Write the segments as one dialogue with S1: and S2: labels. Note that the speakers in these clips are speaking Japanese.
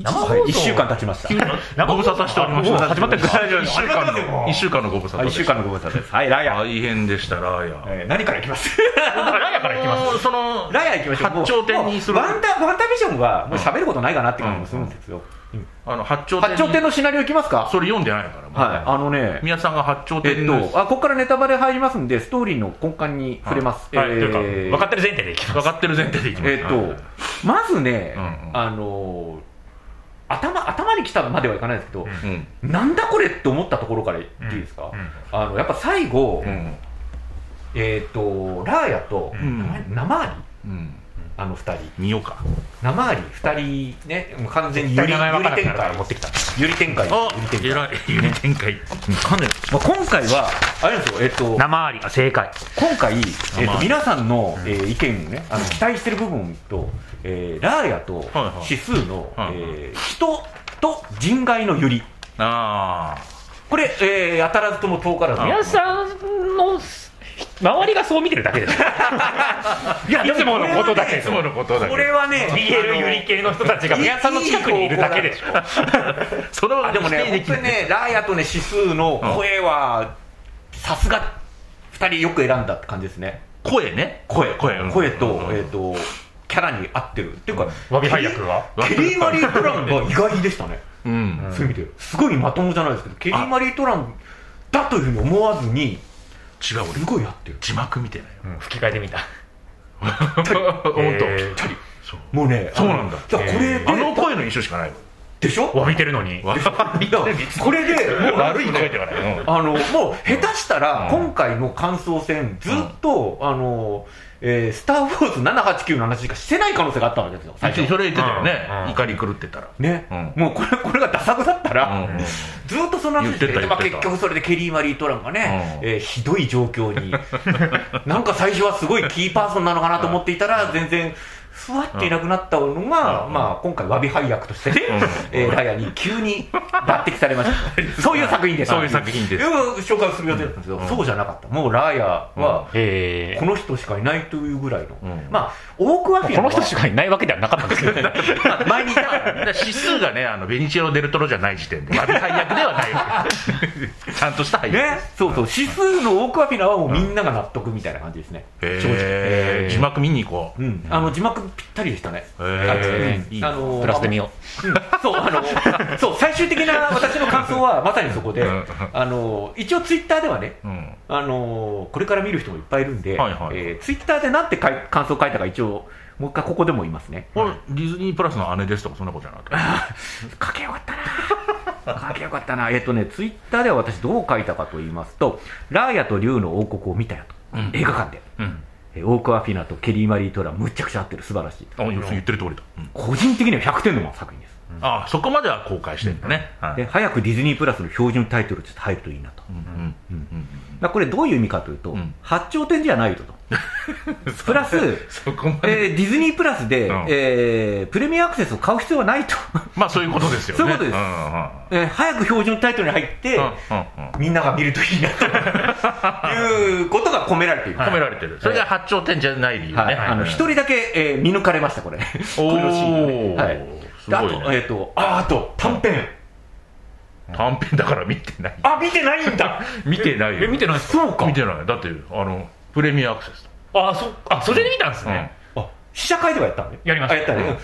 S1: 生放送
S2: 1週間経ちました
S3: ご無沙汰しておりまし
S2: もう
S3: た。
S2: 始まってるんですか
S3: 1週間
S1: 始まってますよ
S3: の、一週間のご無沙汰
S2: 1
S3: でし
S2: 週
S3: た。
S2: 間のご無沙汰ですはいラヤ、
S3: 大変でした、ラーヤ。
S2: えー何からいきます
S3: ラヤから行きます。その、
S2: ラヤいきましょうもう
S3: 八頂天にする
S2: もうワンタワンタビジョンはもう喋ることないかなって感じもするんですよ、
S3: あの、八丁
S2: 八頂
S3: 天
S2: 天
S3: に。
S2: のシナリオいきますか
S3: それ読んでないから、もう
S2: はいあのね
S3: 宮さんが八丁
S2: え
S3: 天
S2: っ
S3: の
S2: と、あここからネタバレ入りますんでストーリーの根幹に触れます、
S1: はい、
S2: え
S1: と
S2: ー
S1: いうか分かってる前提でいきます
S3: 分かってる前提でいきます。
S2: えっと、まずね、
S3: うんうん
S2: あのー頭頭に来たまではいかないですけど、
S3: うん。
S2: なんだこれって思ったところからいっていいですか、
S1: うん
S2: あのやっぱ最後、
S3: うん。
S2: えっ、とラーヤと、
S3: うん
S2: 名前生アリ
S3: うん。
S2: あの二人
S3: 見ようか。
S2: 生アリ二人ねもう完全に
S1: 名
S2: ゆりゆ
S1: 前分か
S2: り
S1: らなくなる
S2: 展
S1: から
S2: 開
S1: 持ってきた
S2: ゆり展開
S3: あ
S2: ゆり展開
S3: 偉い。夢展開。
S1: かんでる
S2: まあ、今回はあれなんですよえっ、と
S1: 生ありが正解
S2: 今回、えー、
S3: ま
S2: と
S3: あ
S2: 皆さんの、えー意見をねあの期待してる部分と、えーラーヤと
S3: はいはい
S2: 指数の、
S3: はいはい
S2: えー人と人外のユリ
S3: あ
S2: これ、えー当たらずとも遠からず
S1: 皆さんの周りがそう見てるだけでしょ いやいつものことだけ
S3: あ。い
S1: です
S3: つ
S1: よ
S3: ものことだけ
S2: こ
S3: ど。
S2: れはね
S1: BL ユリ系の人たちが宮さんの近くにいるだけでしょ
S3: それは
S2: あでもね
S3: 否定で
S2: 本
S3: き
S2: 当
S3: ない
S2: にねラーヤとね指数の声はさすが2人よく選んだって感じですね
S3: 声ね。
S2: 声
S3: 声うん
S2: 声と,、
S3: うん
S2: えー、とキャラに合ってるっていうか、
S1: わび配役は
S2: ケリー・マリー・トランが意外でしたね
S3: うん。
S2: そういう意味ですごいまともじゃないですけどケリー・マリー・トランだというふうに思わずに
S3: 違う、俺
S2: す、ごい合ってる
S3: 字幕見てないよ。
S1: 吹き替えてみたえ
S3: 本当。
S1: ー
S2: ぴったり
S3: そう
S2: もうね
S3: そうなんだ
S2: あのからこれで、
S3: あの声の印象しかない
S2: でしょ
S1: わびてるのに
S3: わ
S2: だからこれでもう
S3: 悪い声ではない。うん
S2: あ のもう下手したら、
S3: うん
S2: 今回の感想戦、ずっと、あのえースター・ウォーズ789の話しかしてない可能性があったわけですよ、最
S3: 最初
S2: 初
S3: そ。れ言ってたよ
S1: うんうん
S3: ね。怒り狂ってたら。
S2: ね
S3: う
S2: もうこれこれがダサくだったら、
S3: うん
S2: ずっとその話して
S3: 言ってた
S2: まあ、
S3: 言って
S2: 結
S3: た
S2: 局それでケリー・マリー・トランがね、
S3: うん
S2: えーひどい状況に、 なんか最初はすごいキーパーソンなのかなと思っていたら、全然。ふわっていなくなったのが、
S3: うん
S2: まあ、今回、わび配役としてね、
S3: うん
S2: えーライアに急に抜擢されま した、そういう作品です、
S3: そういう作品です
S2: よく紹介する予定だったんですけど、
S3: うん
S2: そうじゃなかった、もうラーヤは
S1: え
S2: この人しかいないというぐらいの、
S3: うん
S2: まあ、多くは
S1: ーこの人しかいないわけではなかったんですけどね
S2: 前にいたからね
S3: だから指数がね、あのベニチェロ・デルトロじゃない時点で、悪い配役ではないわ けちゃんとした配役
S2: ね
S3: です。、
S2: そうそう、指数の大桑フィナはもうみんなが納得みたいな感じですね、
S3: へー
S2: 正直。
S1: えー
S3: 字幕見に行こう。
S2: うん、あの字幕ぴったりでしたね、
S3: へー
S2: うん
S3: いい
S2: あの
S1: プラスで見よ
S2: うんそうあのそう最終的な私の感想はまさにそこで
S3: うん、
S2: あの一応、ツイッターではね、
S3: うん
S2: あのこれから見る人もいっぱいいるんで、
S3: はいはい
S2: えーツイッターでなんてかい感想書いたか、一応、もう一回ここでも言いますね、
S3: これディズニープラスの姉ですとか、そんなことじゃな かった。
S2: 書けよかった な、書けよかったな、えっ、とね、ツイッターでは私、どう書いたかと言いますと、ラーヤと竜の王国を見たよと、
S3: うん
S2: 映画館で。
S3: うん。
S2: えーオークアフィナとケリー・マリー・トラむっちゃくちゃ合ってる素晴らしい
S3: あ、要するに言ってる通りだ。うん
S2: 個人的には100点の作品です、
S3: あ、そこまでは公開してるんだね。はい
S2: で早くディズニープラスの標準タイトルちょっと入るといいなと、
S3: う
S2: だか
S3: んうん
S2: らこれどういう意味かというと、
S3: うん
S2: 八頂点じゃないととプラス、
S3: そこま
S2: え
S3: で。
S2: ーディズニープラスで、
S3: うん
S2: えープレミアアクセスを買う必要はないと、
S3: まあそういうことですよね。
S2: そういうことです
S3: んうん
S2: えー早く標準タイトルに入って、
S3: うんうんうん
S2: みんなが見るといいなということが込められている、
S3: 褒められてる。それが八頂天じゃない理由ね。
S2: はい、あの
S3: うん
S2: 一人だけ、えー見抜かれました、これ、このシーン
S3: おー
S2: がね、はい、
S3: す
S2: で
S3: ご
S2: あ
S3: い
S2: と
S3: ね、
S2: えっ、と、あ、あと短編、
S3: 短編だから見てない。
S2: あ、見てないんだ、
S3: 見てないよ。
S1: え見てないんですか
S2: そうか
S3: 見てない。だって、あの、プレミアアクセス
S1: あそあそれで見たんです
S3: だ。うん
S1: ね
S2: あ、試写会ではやったのね、
S1: やりました
S2: あやったね、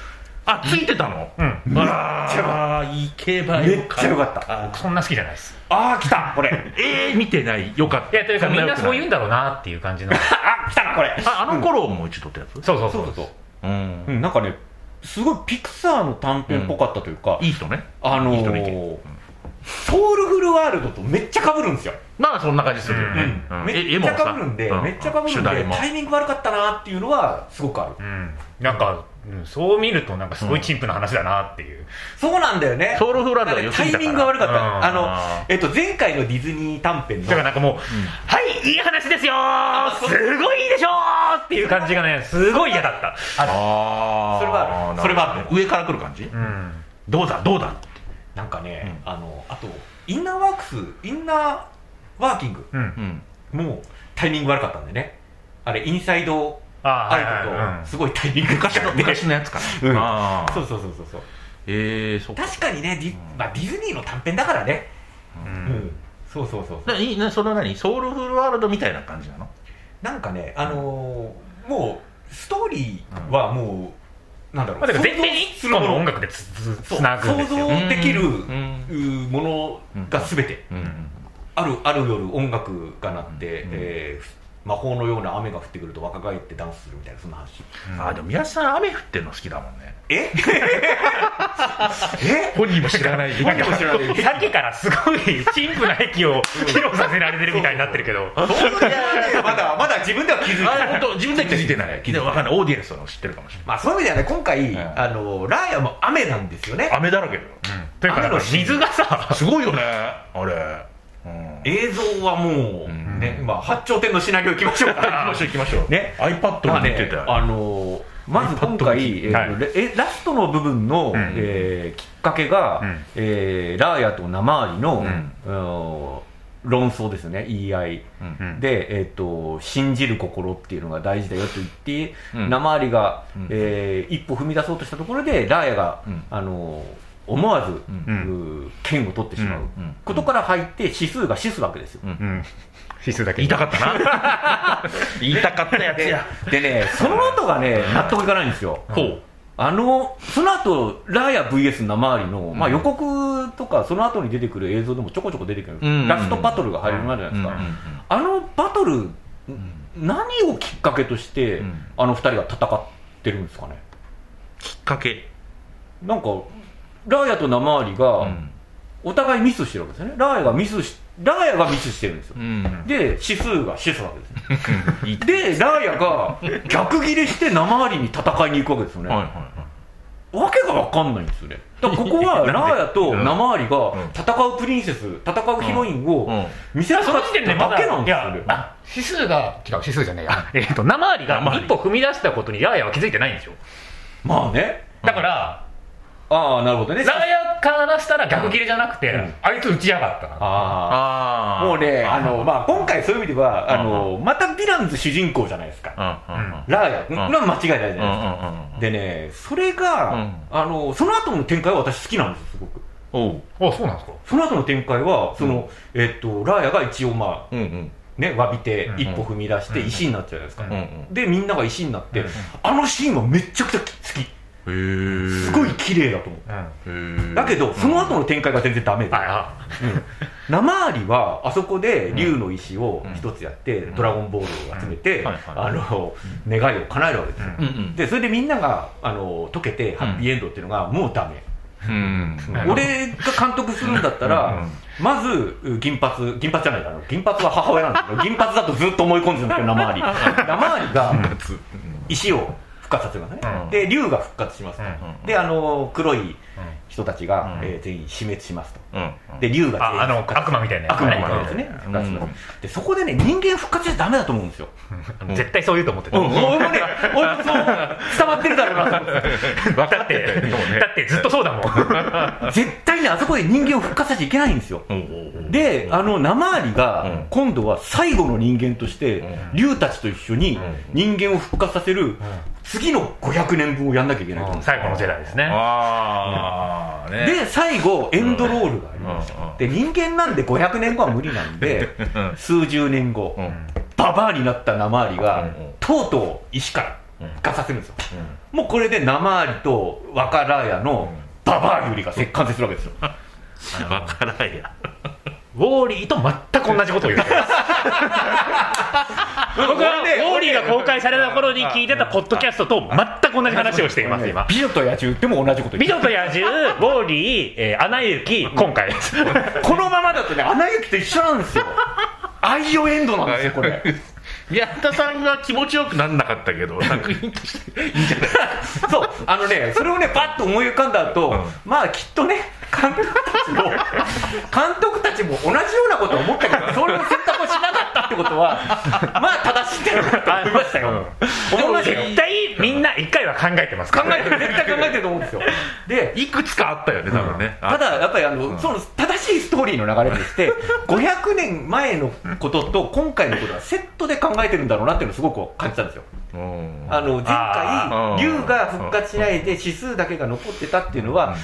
S3: あ、ついてたの
S1: うん
S3: あらー、行けば
S2: めっ
S3: よ
S2: ちゃよ
S3: か
S2: か
S3: っ
S2: った、
S3: た。
S1: そんな好きじゃないです
S2: あー、来た、これ、
S3: えー、見てない。よかっ
S1: い
S3: た。
S1: やというかみんなそう言うん
S3: だ。
S1: だろうなっていう感じの
S2: あ、来たな、これ、
S3: あ、あの頃をもう一度ってやつ
S1: そうそう
S2: そ
S1: そう
S2: そううそう、
S3: うん。
S2: うん、なんかね、すごいピクサーの短編っぽかったというか、
S3: いい人ね。
S2: あの
S3: いい人の意見
S2: ー、ソウルフルワールドとめっちゃ被るんですよ、
S3: まあそんな感じするよね。うん
S2: め
S3: 絵
S2: っ
S3: も
S2: ちゃ
S3: さ
S2: 被るんで、
S3: う
S2: めっちゃ被る
S3: 主
S2: んで
S3: 題、も。
S2: タイミング悪かったなっていうのは、すごくある。
S1: うんなんか、うん、そう見るとなんかすごい陳腐な話だなっていう、
S2: そうなんだよね。
S3: ソウルフルワールド
S2: な
S3: が
S2: ん
S3: 良
S2: か
S3: す
S2: タ
S3: ぎ
S2: イミ
S3: たから
S2: ングが悪かった。
S1: うん
S2: あの、えっと、前回のディズニー短編の
S1: だか、らなんかもう、はいいい話ですよーすごいいいでしょーっていう感じがねすごい嫌だった
S3: あー
S2: それはある
S3: なほど
S2: それはある
S3: 上から来る感じ、
S1: うん
S3: どうだどうだ
S2: なんかね、あの、あと、インナーワークス、インナーワーキング
S1: うん
S3: うん
S2: もタイミング悪かったんでね。あれ、インサイド
S1: あー
S2: ア
S1: はいはいはい
S2: イ
S1: う
S2: ト
S1: ん
S2: と、すごいタイミングが
S3: 昔の昔のやつかな、
S2: うん
S3: あー
S2: そうそうそうそうそう。
S3: えー、そっか
S2: 確かにねディ,、まあ、ディズニーの短編だからね、うん、そうそうそうそう
S3: なになそれは何ソウルフルワールドみたいな感じなの
S2: なんかねあのーもうストーリーはもう、なんだろう
S1: まあ、だから全
S2: 想像
S1: 編
S2: す
S1: 一
S2: るも
S1: 個
S2: の
S1: の音楽でつつ
S2: そう
S1: つなぐんですよ
S2: 想像できる
S3: うん
S2: うーものが全て、
S3: うん
S2: あるある夜音楽が鳴って、
S3: うん
S2: えー魔法のような雨が降ってくると若返ってダンスするみたいなそんな話
S3: あーでも宮下さん雨降ってるの好きだもんね
S2: え
S3: 本人も知ら ない
S1: なんか さっきからすごい陳腐な癖を披露させられてるみたいになってるけど
S2: まだまだ自分では気づいてない
S3: あ本当自分では気づいてないでも分かんないオーディエンスは知ってるかもしれ
S2: まあそういう意味ではね今回、
S3: ん
S2: あのラーヤも雨なんですよね
S3: ない雨だらけだよ、
S1: というかなんか水がさ
S3: すごいよねあれ、うん、
S2: 映像はもう、
S3: ん
S2: ねまあ八頂天のシナリオいきましょうか
S3: 行きましょう行きましょう
S2: ね
S3: iPad も見てたよ、
S2: あのーまず今回、えーとレえラストの部分の、
S3: ん
S2: えーきっかけが、
S3: うん
S2: えーラーヤとナマーリの、
S3: ん
S2: あのー論争ですよね言い合い、
S3: うん
S2: で、えー、と信じる心っていうのが大事だよと言って、
S3: うん
S2: ナマーリが、
S3: うん
S2: えー一歩踏み出そうとしたところでラーヤが、
S3: うん
S2: あのー思わず、
S3: う
S2: うー剣を取ってしまう
S3: うんうん
S2: ことから入って指数が死すわけですよ、
S1: うん指数だけ
S3: 言いたかったな言いたかったやつや
S2: でねその後がね納得いかないんですよ、
S3: ほう
S2: あのその後ラーヤ VS 生ありの、まあ、予告とかその後に出てくる映像でもちょこちょこ出てくる、
S3: うん
S2: ラストバトルが入るまでじゃないですか、
S3: うんうんうん
S2: あのバトル何をきっかけとして、
S3: うん
S2: あの2人が戦ってるんですかね
S3: きっかけ、
S2: なんかラーヤと生ありが
S3: うん
S2: お互いミスしてるわけですよねラーヤがミスしラーヤがミスしてるんですよ
S3: うん、
S2: で指数が指数なわけですよ
S3: 言いた
S2: で、ラーヤが逆ギレして生ありに戦いに行くわけですよね、
S3: はいはいはい
S2: わけが分かんないんですよね、だからここはラーヤと生ありが
S3: うん
S2: 戦うプリンセス、戦うヒロイン
S3: うんうん
S2: を見せなか
S1: そ
S2: っ
S1: の時点で
S2: た
S1: まだ
S2: だけなん
S1: い
S2: で
S1: や
S2: すよね。
S1: あ指数が違う指数じゃねえや えっと生ありが
S3: 生あり
S1: 一歩踏み出したことにラーヤは気づいてないんですよ
S2: まあね、
S1: だから
S2: ああ、なるほどね、
S1: ラーヤからしたら逆切れじゃなくて
S2: ん
S1: あいつ打ちやがったな
S2: あ
S3: あ
S2: あ
S3: あ
S2: もうね、あのまあ、今回、そういう意味ではあ
S3: う
S2: の、またヴィランズ主人公じゃないですか、
S3: うんうんうん
S2: ラーヤ、
S3: うん
S2: の間違いないじゃ
S3: うんう
S2: ないですか。
S3: んうん
S2: でね、それが、
S3: うん
S2: あのその後の展開は私、好きなんですよ、すごく。
S3: おう
S1: あそうなんですか
S2: その後の展開は、そのえっとラーヤが一応、まあ、
S3: うんうん
S2: ね、詫びて
S1: うん
S2: 一歩踏み出して
S1: うん
S2: 石になっちゃうじゃないですか、
S1: うん
S3: うんうん
S2: でみんなが石になって、
S1: うん
S2: あのシーンはめっちゃくちゃ好き
S3: へー
S2: すごい綺麗だと思う、
S1: うんあ
S3: へー
S2: だけどその後の展開が全然ダメで、
S1: あ
S2: 生ありはあそこで竜の石を一つやって、ドラゴンボールを集めて、
S3: うんはいはい
S2: あの願いを叶えるわけですよ、
S3: うんうん
S2: でそれでみんながあの溶けてハッピーエンドっていうのがもうダメ、
S3: うん
S1: うん
S2: 俺が監督するんだった
S3: うんう
S2: ら
S3: ん、
S2: まずう銀髪、銀髪じゃないかな、銀髪は母親なんだけど、銀髪だとずっと思い込んでたんですけど、生あ り。生ありが
S3: つ
S2: 石を復活させますね
S3: う。ん
S2: で、竜が復活しますと
S1: うん
S3: うん
S2: で、あの、黒い人たちが
S3: うん
S2: えー全員死滅しますと。
S3: うんうん
S2: で、竜が全員
S1: ああの
S2: 復活
S1: 悪魔みたいなやつね
S2: 悪魔みたいなですね、
S3: うん
S2: 復活しますで、そこでね、人間復活しちゃダメだと思うんですよ。
S1: うん絶対そう言うと思ってた
S2: 俺もね、俺もそう、伝わってるだろうなと思って。
S3: 分か
S1: だっ
S3: っ
S1: て
S3: てるよね
S1: だってずっとそうだもん
S2: 絶対にあそこで人間を復活させちゃいけないんですよ。
S3: おうおうおう
S2: で、あの、生あり
S3: うん
S2: が、今度は最後の人間として
S3: う、
S2: 竜たちと一緒に人間を復活させる、次の500年分をやんなきゃいけないと思うんですよ
S1: 最後のジェダイですね
S3: ああね
S2: で、最後、エンドロールがありまし
S3: うんうん
S2: た。で、人間なんで500年後は無理なんで、数十年後
S3: うん、
S2: ババアになった生あり
S3: うん
S2: が
S3: うん、
S2: とうとう石から
S3: うん
S2: 復活させるんですよ。もうこれで生ありと若ラーヤのババアよりが完成するわけです よ。
S3: 分からんや
S1: ウォーリーと全く同じこと を言ってます僕は
S2: 俺ね
S1: ウォーリーが公開された頃に聞いてたポッドキャストと全く同じ話をしています今
S2: 美女と野獣でも同じこと言ってる
S1: 美女と野獣、ウォーリー、えー、アナ雪、今回です。
S2: このままだとね、アナ雪と一緒なんですよ。アイオエンドなんですよ、 これ。
S3: 宮田さんが気持ちよくなんなかったけ ど作品としていいんじゃない
S2: そう、あのね、それをね、パッと思い浮かんだ後、まあ、きっとね、監督たちも、監督たちも同じようなことを思ったけど、それを選択をしなかったってことは、まあ、正しいんだろうなと思いましたよ。思いましたよ。
S1: 絶対みんな一回は考えてます
S2: 考
S1: から
S2: えてる、絶対考えてると思うんですよ。で、
S3: いくつかあったよね多分ね
S2: ただ、やっぱりあの、
S3: ん
S2: その正しいストーリーの流れとして500年前のことと今回のことはセットで考えてるんだろうなっていうのをすごく感じたんですよ
S3: うん
S2: あの前
S3: あ
S2: 回
S3: ー
S2: 龍が復活しないで指数だけが残ってたっていうのは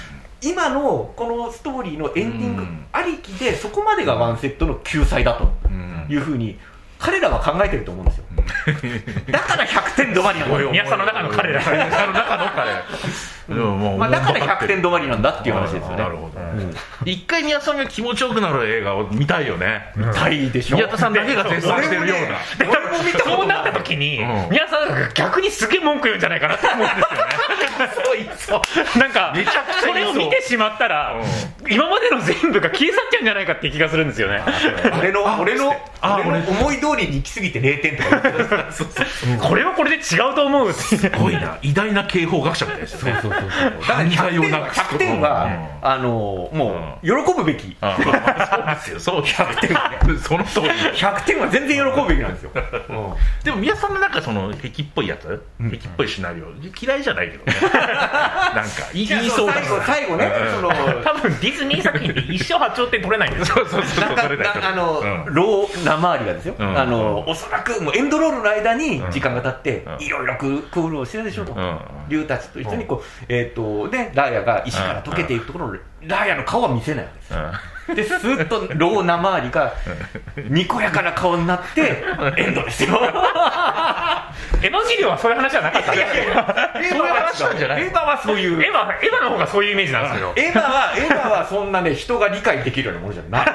S2: 今のこのストーリーのエンディング
S3: うん
S2: ありきでそこまでがワンセットの救済だと
S3: うん
S2: いうふうに彼らは考えてると思うんですよ だから100点止まりなんだよ
S1: 宮下の中の彼ら
S3: 宮下の中の彼うんもう
S2: まあ、だから100点止まりなんだっていう話ですよね
S3: なるほ
S2: う
S3: ど
S2: ん
S3: 一回宮下さんが気持ちよくなる映画を見たいよね
S2: 痛いでしょ
S3: 宮田さんだけが絶賛してるような
S1: で多分そうなった時に、
S3: うん
S1: 宮下さんが逆にすげえ文句言うんじゃないかなって思うんですよねそうなんか
S3: めちゃくちゃ
S1: そ
S3: 言い
S1: れ
S3: そう
S1: を見てしまったら、今までの全部が消え去っちゃうんじゃないかって気がするんですよね
S2: 俺の俺の
S3: あ
S2: 俺の思い通りに行き過ぎて0点とか言ってた
S1: これはこれで違うと思うって
S3: すごいな偉大な警報学者みたいですねそうそうそう
S2: 100
S3: 反対を
S2: 点は
S3: なくす
S2: 100点は、あのもう喜ぶべき
S3: うんうんそうですよそう100点はね その通り
S2: 100点は全然喜ぶべきなんですよ
S3: でも宮田さんのなんかその壁っぽいやつ壁っぽいシナリオ嫌いじゃないけどねなんか言い
S2: 最
S3: そう
S2: 後
S3: だし
S2: 最後ねその
S1: 多分ディズニー作品で一生波長って取れないんですよ
S3: そうそう
S2: な
S3: そ
S2: ん
S3: う
S2: か
S3: それだけ
S2: なあの、
S3: うん
S2: ローな周りがですよ、
S3: うん
S2: あのおそらくもうエンドロールの間に時間が経って、
S3: うん
S2: いろいろく苦労してるでしょうと、
S3: うん
S2: 竜たちと一緒にこう、えっ、とでラーヤが石から溶けていくところの、ラーヤの顔は見せないわけですよ
S3: うん
S2: でスーッとローな周りがにこやかな顔になってエンドですよ
S1: エヴァンゲリオンはそういう話じゃなかったんですよ
S2: エヴ
S3: そういう話なんじゃない
S2: エヴァはそう
S1: エ
S2: いう
S1: ヴァエヴァの方がそういうイメージなんですけど
S2: エヴァはエヴァはそんなね人が理解できるようなものじゃない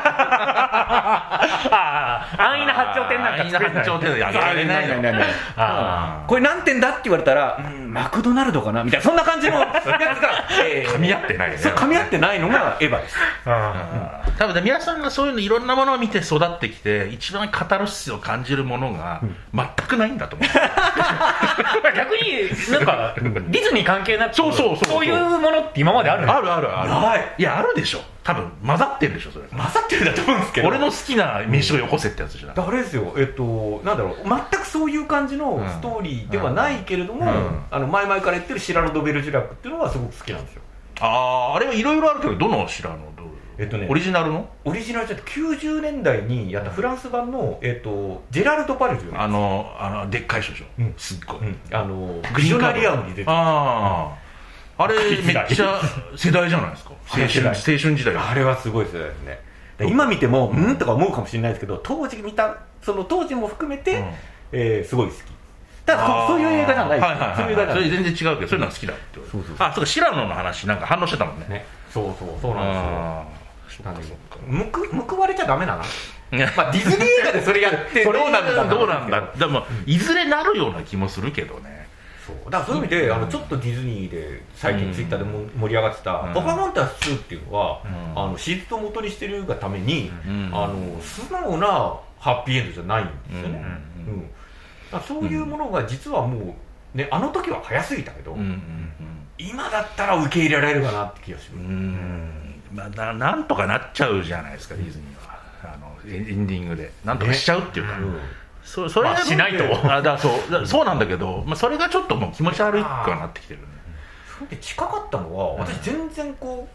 S1: ああ安易な発
S3: 八
S1: 長点なんか作れない
S3: 八丁点やられないの
S2: ないない
S1: あ
S2: これ何点だって言われたら、うんマクドナルドかなみたいなそんな感じのやつが、えー
S3: 噛み合ってないよね
S2: そう噛み合ってないのがエヴァです
S1: ーあ
S3: 多分ね皆さんがそういうのいろんなものを見て育ってきて一番カタルシスを感じるものが全くないんだと思う、
S1: ー逆になんかディズニー関係なく
S3: そうそうそう
S1: そういうものって今まであるの
S3: あるあるある
S2: はい
S3: いやあるでしょ多分混ざってるでしょそれ
S2: 混ざってるんだと思うんですけど
S3: 俺の好きな飯をよこせってやつじゃな
S2: あれですよえっとなんだろう全くそういう感じのストーリーではないけれども、
S3: うん
S2: あの前々から言ってるシラルド・ベルジュラックっていうのはすごく好きなんですよ
S3: ああーあれはいろいろあるけどどの知らのどう
S2: えっとね
S3: オリジナルの
S2: オリジナルじゃなくて90年代にやったフランス版の、えっと、ジェラルド・パルジュ
S3: あのあのでっかい人でしょ、
S2: うん
S3: すっごい、
S2: うんあの
S3: グ
S2: ビ
S3: リ
S2: ジ
S3: ー
S2: ョ
S3: ンカ
S2: ナ
S3: ード
S2: リアムに出てる
S3: ああ あれめ
S2: 世
S3: っ
S2: 代
S3: ちゃ世代じゃな いですか青春
S2: 世代
S3: 青春時代
S2: あれはすごい世代ですねで今見てもうんとか思うかもしれないですけど当時見たその当時も含めて、
S3: うん
S2: えーすごい好きただそそういう映画じゃないです、
S3: はいはいはい
S2: そういう映画じゃ
S3: そ
S2: な
S3: れ
S2: い
S3: 全然違うけど、そういうのが好きだって言われて
S2: そうそう
S3: あそうかシラノの話なんか反応してたもんね
S2: ねそうそうそうなん
S3: あ
S2: です
S3: ー
S2: よなんで
S3: そっか
S2: 報報われちゃダメなの
S3: そっか
S2: まあディズニー映画で それやってどうなんだ
S3: どうなんだでもいずれなるような気もするけどね
S2: そうだからそういう意味で、あのちょっとディズニーで最近ツイッターでも盛り上がってた「
S3: うん
S2: パパモンタス2」っていうのは、
S3: うん
S2: あのシーズンを元にしてるがために、
S3: うん
S2: あの素直なハッピーエンドじゃないんですよね、
S3: う
S2: うんんだからそういうものが実はもう、ね、あの時は早すぎたけど、
S3: うん
S2: 今だったら受け入れられるかなって気がし
S3: う
S2: ま
S3: んうんまあななんとかなっちゃうじゃないですかディズニーはあのエンエンディングでなんとかしちゃうっていうか、
S2: す、うん
S3: そそれが
S1: まあしないと
S3: あだからそうだからそうなんだけど、まあ、それがちょっともう気持ち悪くはなってきてるね
S2: それで近かったのは私全然こう引っ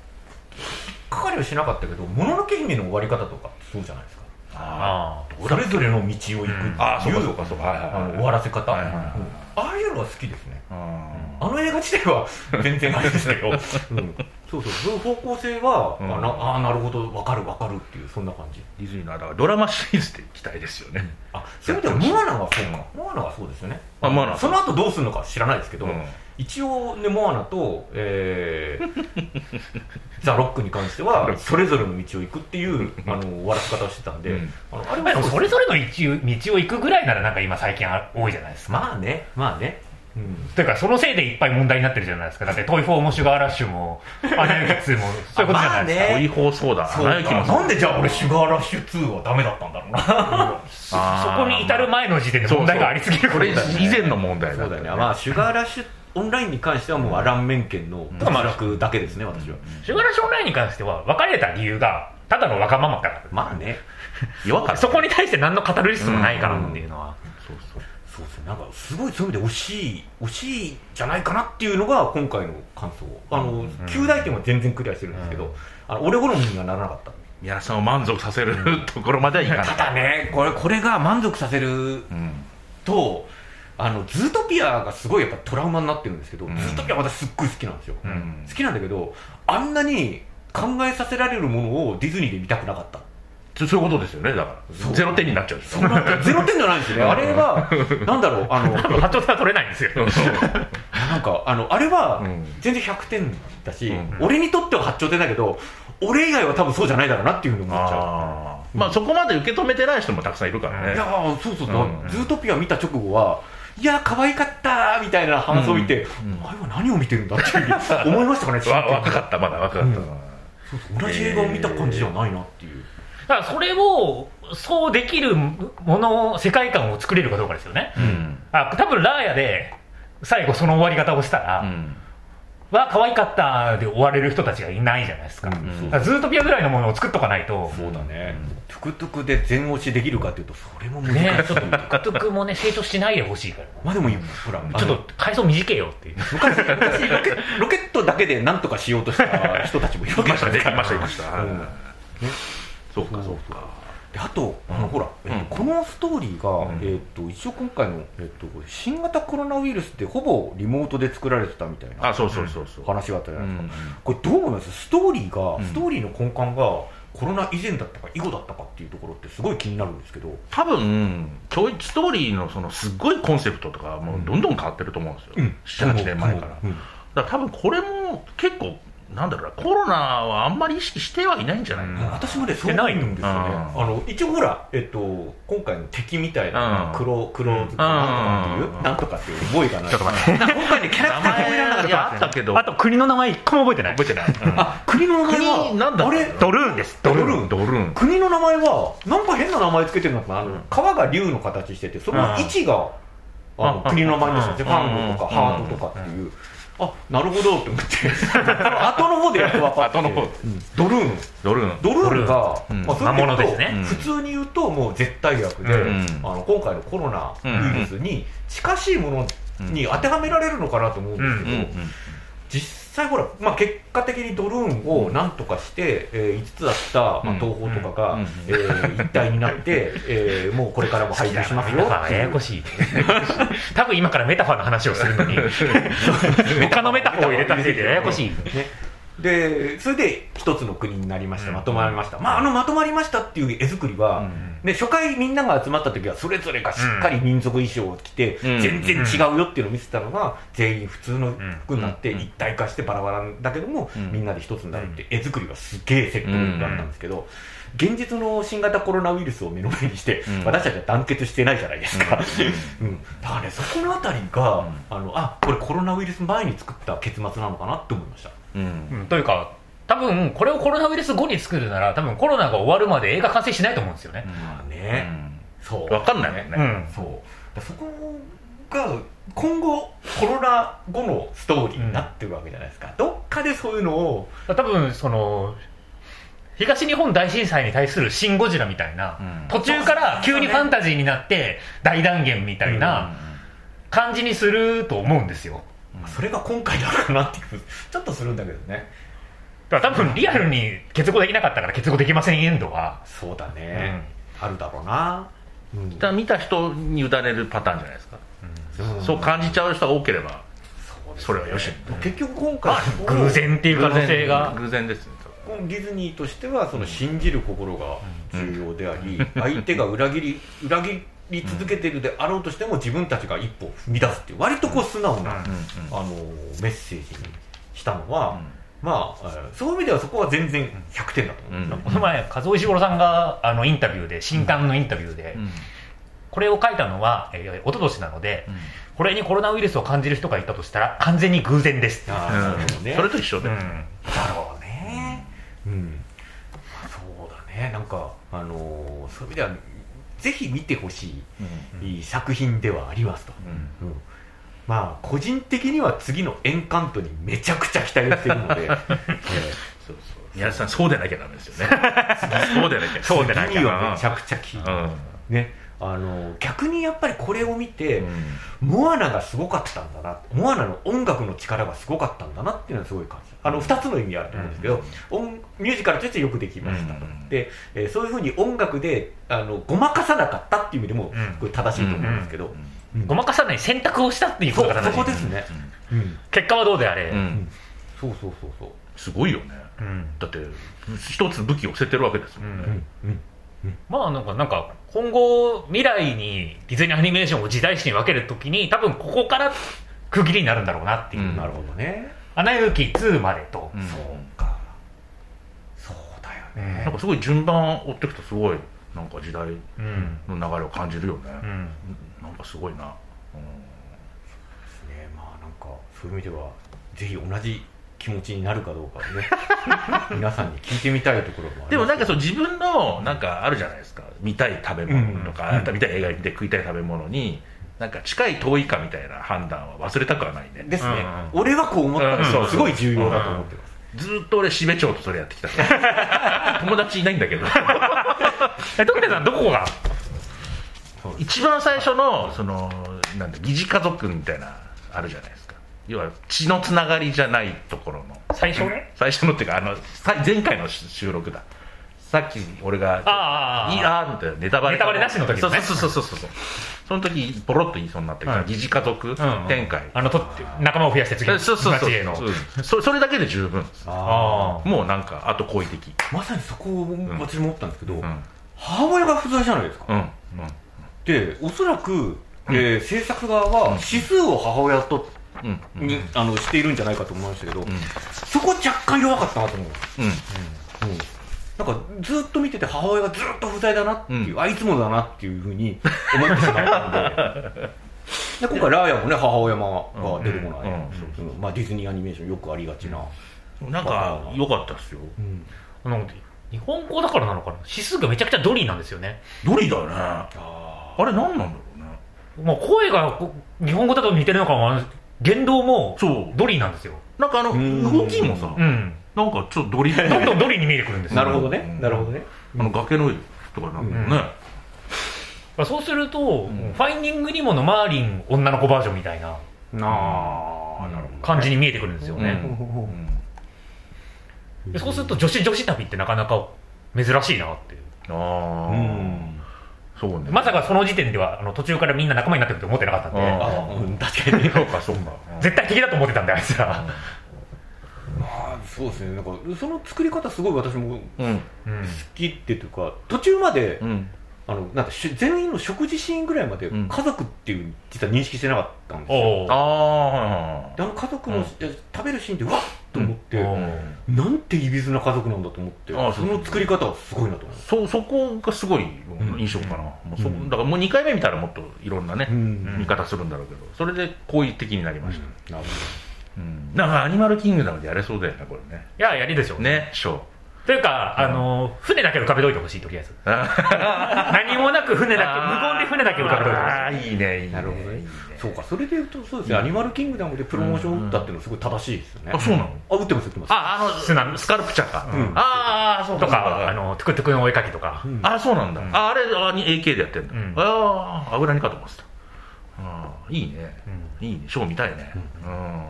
S2: かかりはしなかったけど「もののけ姫」の終わり方とかそうじゃないですか
S1: あ
S2: それぞれの道を行くっていう、
S3: ああそうかそうかそうかはいはいはい
S2: あの終わらせ方、
S3: はいはいはい
S2: うんああいうのは好きですね
S3: うん
S2: あの映画自体は 全然あれですけど、うんそうそうそういう方向性は、
S3: うん
S2: あなあーなるほど分かる分かるっていうそんな感じ
S3: ディズニーのあだからドラマシリーズで期待ですよね、
S2: あそういう意味ではモアナはそうか、モアナはそうですよね
S3: あモアナは
S2: その後どうするのか知らないですけど、
S3: うん
S2: 一応ねモアナと、え ーザ・ロックに関してはそれぞれの道を行くっていうあの終わらせ方をしてたんで、
S3: うん
S2: あのあれ
S1: あ
S2: は
S1: でも
S2: そう
S1: それぞれの一道を行くぐらいならなんか今最近あ多いじゃないですか
S2: まあねまあね、うん
S1: だからそのせいでいっぱい問題になってるじゃないですかだってトイ・フォーもシュガーラッシュもアナ雪2もそう いうことじゃないですか、
S2: えー
S3: 追放そうだ
S2: そう
S3: 花雪もそう
S2: なんでじゃあ俺シュガーラッシュ2はダメだったんだろうな
S1: そこに至る前の時点で問題がありすぎる
S3: これ以前の問題だ
S2: そうだよねまあシュガーラッシュオンラインに関してはもうアラン・メンケンの
S1: まあ
S2: 脱落だけですね私は
S1: シュガーラッシュオンラインに関しては別れた理由がただのわがままだか
S2: まあね
S3: 弱かっ
S1: ら
S3: た
S1: そこに対して何の語るリストもないからっていうのは、
S3: そうそう
S2: そうですねなんかすごいそういう意味で惜しい惜しいじゃないかなっていうのが今回の感想あの、
S3: うん
S2: 9大点は全然クリアしてるんですけど、あの俺好みにはならなかった
S3: 皆さんを満足させるところまではいかない
S2: ただねこれこれが満足させる
S3: うん
S2: とあのズートピアがすごいやっぱトラウマになってるんですけど、
S3: うん
S2: ズートピア私すっごい好きなんですよ、
S3: うん
S2: 好きなんだけどあんなに考えさせられるものをディズニーで見たくなかった
S3: そそういうことですよねだからゼロ点になっちゃう
S2: そんなゼロ点じゃないんですよねあれ はなんだろうあの
S1: 波長が取れないんですよ。
S2: なんかあのあれは
S3: うん
S2: 全然100点だし、
S3: うん
S2: 俺にとっては八丁点だけど俺以外は多分そうじゃないだろうなっていうふうに思っちゃ
S3: あーまあそこまで受け止めてない人もたくさんいるか
S2: うい
S3: ら
S2: や
S3: ね
S2: ーそうそうそう、
S3: うん
S2: ズートピア見た直後はいやー可愛かったーみたいな反応を見て、
S3: うんうん
S2: あれは何を見てるんだっていうふうに思いましたかね
S3: わ若かったまだ若かった
S2: うんそうそう同じ映画を見た感じじゃないなっていう、
S1: だからそれを、そうできるもの、世界観を作れるかどうかですよね。
S3: うん
S1: あ、多分ラーヤで、最後その終わり方をしたら、わあ、可愛かったで終われる人たちがいないじゃないですか。
S2: うん
S1: だからズートピアぐらいのものを作っとかないと、
S2: そうだね、トゥクトゥクで全押しできるかというと それも難しい、
S1: ね、ちょっと、トゥクトゥクもね、成長しないでほしいか
S2: まあでも今ほら
S1: ら、ちょっと回想短いよっていう。
S2: 昔昔ロケ ロケットだけでなんとかしようとした人たちもいるわ
S3: い
S2: け
S3: ま
S2: で
S3: し
S2: すよ
S3: たねいましたいました
S2: うん
S3: はいそうかそうか
S2: であと、あのほら、えっと
S3: うん
S2: このストーリーが、
S3: うん
S2: えっと一応今回の、えっと、新型コロナウイルスってほぼリモートで作られてたみたいな
S3: あそうそうそうそう
S2: 話があったじゃ
S3: う
S2: ないですか、
S3: ん
S2: これどう思いますストーリーが、
S3: うん
S2: ストーリーの根幹がコロナ以前だったか以後だったかっていうところってすごい気になるんですけど、
S3: 多分ちょいストーリーのそのすっごいコンセプトとかもうどんどん変わってると思うんですよ、78年前から、
S2: うん
S3: だから多分これも結構なんだろうなコロナはあんまり意識してはいないんじゃないか
S2: うん
S3: な、
S2: 私もね、そう思うんですよね。あ
S3: うん
S2: の一応ほら、えっと、今回の敵みたいな
S3: うん
S2: 黒、黒、なんと
S3: う
S2: か
S3: ん
S2: なんとかっていう、なんとかっていう覚えがない。
S3: ちょっと待って
S2: なんか今回ね、キャラクターが覚えられなかっ
S3: い
S2: た
S3: やあったけど
S1: あと国の名前一個も覚えてない。
S3: 覚えてない、うん
S2: あ、国の名前は、
S3: 国なんだ
S2: あれ
S1: ドルーンです、ド
S2: ド
S1: ル
S2: ル
S1: ーン。
S2: ーン
S3: ドルーン
S2: 国の名前は、なんか変な名前つけてるのかな、あ
S3: う
S2: の
S3: ん
S2: 川が竜の形してて、その位置が、あの
S3: あ
S2: 国の名前ですよ、
S3: うん
S2: ジャパンドとか、
S3: うん
S2: ハートとかっていう、あなるほどって思って、 その後の方でやっと分かって、
S3: 後の方
S2: うんドルーン。
S3: ドルーン
S2: ドルールが、
S3: うん
S2: まあ、そういう
S1: 魔物ですね
S3: うん
S2: 普通に言うともう絶対役で、
S3: うん
S2: あの今回のコロナウイルスに近しいものに当てはめられるのかなと思うんですけど、実際ほら、まあ、結果的にドルーンをなんとかして、えー5つだった、まあ、
S3: うん
S2: 東宝とかが、
S3: うん
S2: えー一体になって、えーもうこれからも配信しますよ
S1: 皆さんややこしい 多分今からメタファーの話をするの に 他のメタファーを入れたせいでややこしい
S2: ね、でそれで一つの国になりました、まとまりました、まあ、あのまとまりましたっていう絵作りは、
S3: うん
S2: で初回みんなが集まった時はそれぞれがしっかり民族衣装を着て、
S3: うん
S2: 全然違うよっていうのを見せたのが全員普通の服になって
S3: うん
S2: 一体化してバラバラだけども、
S3: うん
S2: みんなで一つになるって絵作りがすげえ説得力だったんですけど、現実の新型コロナウイルスを目の前にして、
S3: うん
S2: 私たちは団結してないじゃないですか、 うんだからねそこのあたりが、あのあこれコロナウイルス前に作った結末なのかなって思いました。
S3: うん
S1: というか多分これをコロナウイルス後に作るなら多分コロナが終わるまで映画完成しないと思うんですよね、
S2: まあ
S3: う
S2: ね、
S3: ん
S2: そう
S3: わかんないもんね、
S1: うん
S2: そうだそこが今後コロナ後のストーリーになってるわけじゃないですか、どっかでそういうのを
S1: 多分その東日本大震災に対するシン・ゴジラみたいな、
S3: うん
S1: 途中から急にファンタジーになって大断言みたいな感じにすると思うんですよ
S3: うん
S2: それが今回なのかなっていうちょっとするんだけどね
S1: だから多分リアルに結合できなかったから結合できませんエンドは
S2: そうだね、あるだろうな、うん
S3: だから見た人に委ねるパターンじゃないですか、そう感じちゃう人が多ければ
S2: そうですね
S3: それはよし
S2: 結局今回
S1: 偶然っていう可能性が
S3: 偶然ですね
S2: ディズニーとしてはその信じる心が重要であり、相手が裏切り 裏切り続けてるであろうとしても自分たちが一歩踏み出すっていう割とこう素直な、
S1: うん
S3: うんうん
S2: あのメッセージにしたのは、
S3: うん
S2: まあ、えーそういう意味ではそこは全然100点だと思うんですよ
S1: この前、和尾石黒さんがあのインタビューで、新刊のインタビューで、
S3: うん
S1: これを書いたのは、えー、一昨年なので、これにコロナウイルスを感じる人がいたとしたら、完全に偶然です。
S2: あ
S3: うん
S2: ーなるほどね
S3: それと一緒で、
S1: うん
S2: だろうね、うん、そうだねなんか、あのーそういう意味ではぜひ見てほし
S3: うん
S2: い作品ではありますと、
S3: うん
S2: うんまあ個人的には次のエンカントにめちゃくちゃ期待をしているので、え
S3: そうそう宮田さんそうでなきゃダメですよねそうでなきゃ
S2: ー次にはめちゃくちゃ期待
S3: うん
S2: ね、あの逆にやっぱりこれを見て、
S4: うん
S2: モアナがすごかったんだなモアナの音楽の力がすごかったんだなっていうのはすごい感じたあの2つの意味あると思うんですけど、音ミュージカルとしてよくできましたと、
S3: うん
S2: で、えーそういうふうに音楽であのごまかさなかったっていう意味でも、
S1: うん
S2: これ正しいと思うんですけど、
S1: ごまかさない選択をしたっていうこ
S2: そ
S1: と
S2: う
S1: が正し
S2: そ
S1: い
S2: こですね、うん
S1: 結果はどうであれ、
S3: うんうん
S2: そうそうそうそう
S3: すごいよね
S1: うん
S3: だって一つ武器を捨ててるわけですもんね、
S1: うん
S2: うん
S1: まあなんかなんか今後未来にディズニーアニメーションを時代史に分けるときに多分ここから区切りになるんだろうなっていう、
S3: うん
S2: なるほどね
S1: アナ雪2までと、
S3: うん
S2: そうかそうだよね
S3: なんかすごい順番を追っていくとすごいなんか時代
S1: うん
S3: の流れを感じるよね、
S1: うん
S3: なんかすごいな、
S2: ねまあなんかそういう意味ではぜひ同じ気持ちになるかどうかをね 皆さんに聞いてみたいところもあり
S3: で
S2: ま
S3: も
S2: す
S3: なんかそう自分のなんかあるじゃないですか見たい食べ物とか、
S2: うん
S3: あなた見たい映画で食いたい食べ物になんか近い遠いかみたいな判断は忘れたくはないね
S2: ですね、
S1: うん
S2: 俺はこう思ったんですよ、
S3: うん
S2: すごい重要だと思ってます、
S3: ずーっと俺しべ長とそれやってきた 友達いないんだけど
S1: えトッテさんどこが
S3: 一番最初のそのなんだ疑似家族みたいなあるじゃないですか要は血のつながりじゃないところの
S1: 最初ね
S3: 最初のっていうかあのさ前回の収録ださっき俺が
S1: ああああ
S3: いいあーみたいなネタバレ
S1: ネタバレなしの時
S3: そ
S1: の
S3: う
S1: ね
S3: そうそうそうそうそうその時ポロッと言いそうになったけど、
S1: うん
S3: 疑似家族展開、
S1: あのと仲間を増やして次
S3: え
S1: の
S3: そうそうそ
S1: 町
S3: う
S1: への
S3: そうそそれだけで十分です
S1: あ
S3: もうなんかあと好意的
S2: まさにそこを私も思ったんですけど、
S3: うんうん
S2: 母親が不在じゃないですか、
S3: うん
S2: でおそらく、えー制作側は指数を母親と
S3: うんうん
S2: に、あのしているんじゃないかと思いましたけど、
S3: ん
S2: そこ若干弱かったなと思うんです
S3: うん
S2: なんかずっと見てて母親がずっと不在だなっていう、
S3: うん
S2: あいつもだなっていうふうに思ってしま ったのでで今回ラーヤもね母親が出てこない、
S3: うん
S2: うんまあ、ディズニーアニメーションよくありがちな、
S3: なんか良かったっすよ
S1: あの日本語だからなのかな指数がめちゃくちゃドリーなんですよね
S3: ドリだよねあ
S2: あ
S3: れ何なんだろうね
S1: まあ声がこ日本語だと似てるのかもあの言動も
S3: そう
S1: ドリーなんですよ
S3: なんかあの
S2: うん
S3: 動きもさ
S1: うん
S3: なんかちょっとドリ
S1: どんどんドリーに見えてくるんです
S2: な
S1: よ
S2: るほどね、
S3: うん
S2: なるほどね
S3: あの崖の上とかなんだろうね、
S1: まあそうすると、
S3: ん
S1: ファインディングニモのマーリン女の子バージョンみたいな
S2: なあなる
S1: 感じに見えてくるんですよね、
S3: うん
S2: ほど、
S3: うん
S1: でそうすると女子女子旅ってなかなか珍しいなっていう
S3: あ
S2: う
S3: あ、
S2: ん
S3: そうね
S1: まさかその時点ではあの途中からみんな仲間になってると思ってなかったんで、
S3: うん
S2: あうん確かにね
S3: そうかそうか、
S1: 絶対敵だと思ってたんであいつら、
S2: まあそうですねなんかその作り方すごい私も好
S3: うん
S1: うん
S2: きっていうか途中まで、
S3: うん
S2: あのなんかし全員の食事シーンぐらいまで
S3: うん
S2: 家族っていう実は認識してなかったんですよ、
S1: おう
S3: ああはいはい
S2: であの家族の、
S3: うん
S2: 食べるシーンでうわっと思って、
S1: うん
S3: はい
S2: なんていびつな家族なんだと思って
S3: あ
S2: そ
S3: そうそう
S2: の作り方はすごいなと思います
S3: そそこがすごい印象かな、もうそだからもう2回目見たらもっといろんなね、
S2: ん
S3: 見方するんだろうけどそれで好意的になりました、
S2: なる
S3: うんなんかアニマルキングダムでやれそうだよねこれね
S1: いややりでしょう
S3: ねショー
S1: というかあの船だけ浮かべといてほしいとりあえ ず何もなく船だけ無言で船だけ浮かべといてほしい
S3: ああいいねいいね
S2: なるほどね
S3: いいね
S2: そうかそれで言うとそうですね、アニマルキングダムでプロモーション打ったっていうのはすごい正しいですよね、
S3: あそうなの
S2: あ打ってます打ってます
S3: ああの
S1: スナム
S3: スカルプチャーか、
S2: ん
S3: ああそう
S1: と
S3: か
S1: かあのトゥクトゥクの追いかけとか、
S2: うん
S3: あそうなんだ、
S1: ん
S3: ああれあに AK でやってんだ、
S1: うん
S3: ああ油にかと思ってたああいいね、
S1: う
S3: いいねショー見たいねうん、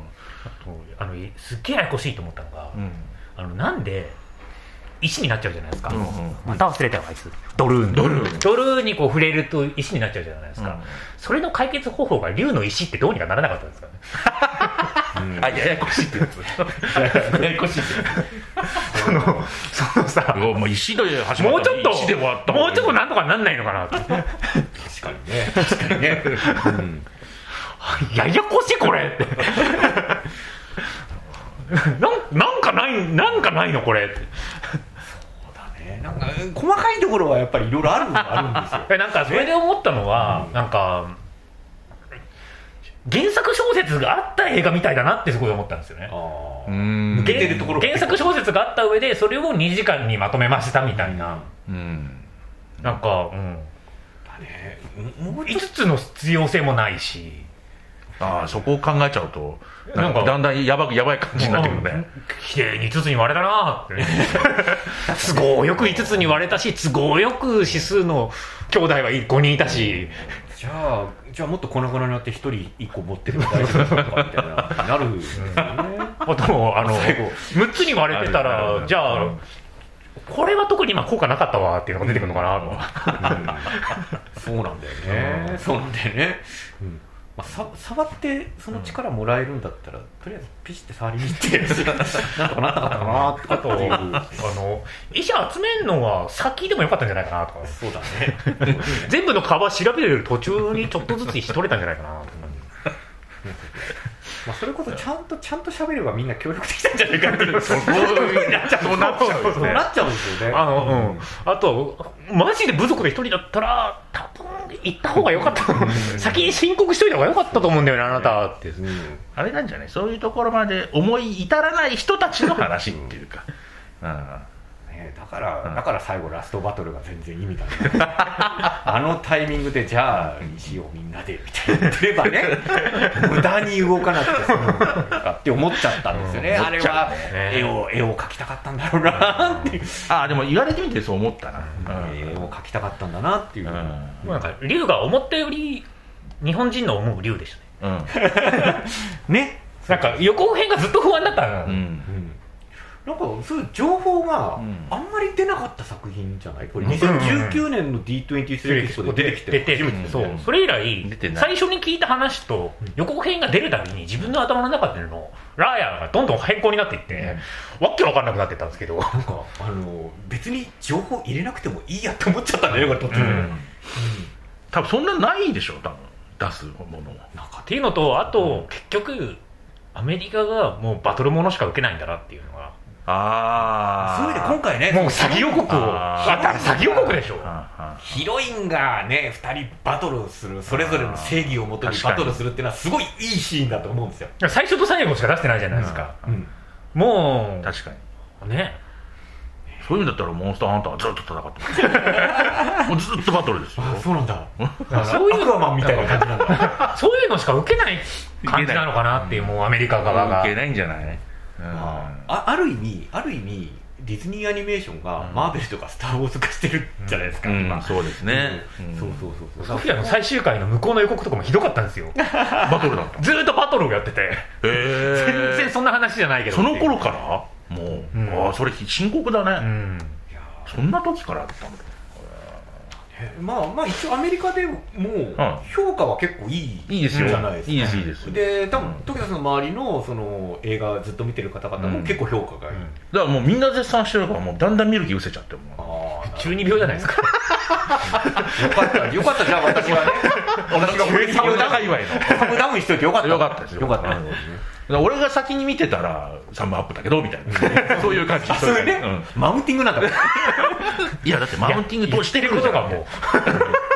S1: あのいすっげえややこしいと思ったのが、
S3: うん
S1: あのなんで石になっちゃうじゃないですか、
S3: うんうん
S1: また忘れたよあいつドルーン
S3: ドルーン
S1: ドルーンにこう触れると石になっちゃうじゃないですか、
S3: うん
S1: それの解決方法が竜の石ってどうにかならなかったんですかね
S2: うん
S3: あややこしいってやつややこしいって
S1: そのそのさ
S3: やつもう石で始ま
S1: も
S3: っ
S1: う
S3: た
S1: ちょ
S3: のに
S1: っと
S3: 石で終わった
S1: もうちょっと
S3: な
S1: なんとかなんないのかなって
S2: 確かにね確かにね、うん
S1: ややこしいこれ ってなんなんかないなんかないのこれって
S2: ねなんかうん細かいところはやっぱりいろいろあるのはあるんですよ
S1: えなんかそれで思ったのは、なんか原作小説があった映画みたいだなってすごい思ったんですよね
S2: あ
S3: う
S2: ー
S3: ん
S2: 抜けてるところ
S1: 原作小説があった上でそれを2時間にまとめましたみたいな、
S3: うん
S1: なんか、うん、
S2: だねうんもうちょっと
S1: 5つの必要性もないし
S3: ああそこを考えちゃうと
S1: な
S3: なんん
S1: か
S3: かだんだんやばくやばい感じになってくるね
S1: 綺麗に5つに割れたなって都合よく5つに割れたし都合よく指数の兄弟は5人いたし
S2: じゃあじゃあもっと粉々になって一人一個持ってれば大丈夫だとかみたいななる んですよね
S1: あともあの6つに割れてた
S3: あるあ
S1: ら
S3: る
S1: じゃ
S3: う
S1: あ
S3: ん
S1: これは特に今効果なかったわっていうのが出てくるのかな
S2: そうなんだよねそうなんだよね、うんまあ、さ触ってその力もらえるんだったら、とりあえずピシって触りに行ってなんとかなったかったかなって
S1: とあと
S2: いう
S1: あの石集めるのは先でもよかったんじゃないかなとか
S2: そうだね
S1: 全部の川調べる途中にちょっとずつ石取れたんじゃないかなとか
S2: まあそれこそちゃんとちゃんと喋ればみんな協力できたんじゃないかっていう
S3: そこそうなっちゃうよ
S2: そう
S3: ね
S2: なっちゃうんですよね
S1: あの、うん、あと、マジで部族で一人だったら、多分行った方が良かった、先に申告しといた方が良かったと思うんだよね、あなたって、
S3: あれなんじゃないそういうところまで思い至らない人たちの話っていうか、うん
S2: ねだから、だから最後ラストバトルが全然意味がない あのタイミングでじゃあ石をみんなでみたいな言ってれ ばね無駄に動かなくて済むのかって思っちゃったんですよね、
S3: うん
S2: あれ
S3: 思っちゃ
S2: は
S3: うね
S2: 絵を絵を描きたかったんだろうなっていう、
S3: ああでも言われてみてそう思ったな、う ん
S2: 絵を描きたかったんだなっていう、
S3: うん
S1: なんか、竜が思ったより、日本人の思う竜でしたね、
S3: うん
S2: ね、
S1: なんか予告編がずっと不安だったの、
S3: うん
S2: うんなんかそういう情報が
S3: うん
S2: あんまり出なかった作品じゃないこれ
S1: うん
S2: 2019年の D23 セレクションで出てきて
S1: 出て
S2: 初めてです
S1: そ
S2: よ
S1: うそれ以来
S3: 出てない
S1: 最初に聞いた話と予告編が出るたびに自分の頭の中でのラーヤがどんどん変更になっていって、わっけわかんなくなってったんですけど
S2: なんかあの別に情報入れなくてもいいやって思っちゃったんだよねこれ突然、
S3: うん多分そんなないでしょ多分出すもの
S2: なんか
S1: っていうのとあと結局アメリカがもうバトルものしか受けないんだなっていうのが
S3: ああ
S2: そういう意味で今回ね
S1: もう詐欺予告を
S3: あー
S1: あだから詐欺予告でしょ
S2: ヒロインがね2人バトルするそれぞれの正義をもとに
S3: 確か
S2: バ
S3: に
S2: トルするっていうのはすごいいいシーンだと思うんですよ、
S1: 最初と最後しか出してないじゃないですか、
S2: うん、
S1: も
S3: 確かに
S1: うね
S3: そういう意味だったらモンスターハンターはずっと戦ってます もうずっとバトルですよ
S2: あそうなんだ
S1: ら
S2: そういうアクアマンみたいな感じなんだ
S1: そういうのしか受けない感じなのかなっていうもうアメリカ側が
S3: いけないんじゃないうん
S2: あある意味ある意味ディズニーアニメーションが
S3: うん
S2: マーベルとかスター・ウォーズ化してるじゃないですか、
S3: うん
S2: 今
S3: そうですね
S2: うん
S3: うん
S2: そうそうそうそう
S1: ソフィアの最終回の向こうの予告とかもひどかったんですよ
S3: バトルだった
S1: ずーっとバトルをやってて全
S3: へ
S1: 然そんな話じゃないけど
S3: その
S1: っていう
S3: 頃からもう、
S1: うん
S3: ああそれ深刻だ
S1: う
S3: ね、
S1: ん
S2: いやー
S3: そんな時からだったんだ
S2: まあまあ一応アメリカでも評価は結構いい、
S3: いいですよ
S2: じゃないですか
S3: いいですいいです
S2: で多
S3: うん
S2: 分時田さんの周りのその映画ずっと見てる方々
S3: う
S2: も
S3: ん
S2: 結構評価がいい、
S1: うん
S3: だからもうみんな絶賛してるからもうだんだん見る気失せちゃってもう
S2: ああ
S1: 中二病じゃないですか
S2: よかったよかったじゃあ私はね私 が
S3: 中二病
S2: ダ
S3: 仲
S2: ウ
S3: 祝いの
S2: ンサムダウンしといてよかった
S3: よかったですよ
S2: よかった、
S3: うん俺が先に見てたらサムアップだけどみたいなそういう感じ
S2: あそれね、
S3: うん
S2: マウンティングなんだ
S3: いやだってマウンティングどうして
S1: いや
S3: る
S1: 言ってることがもう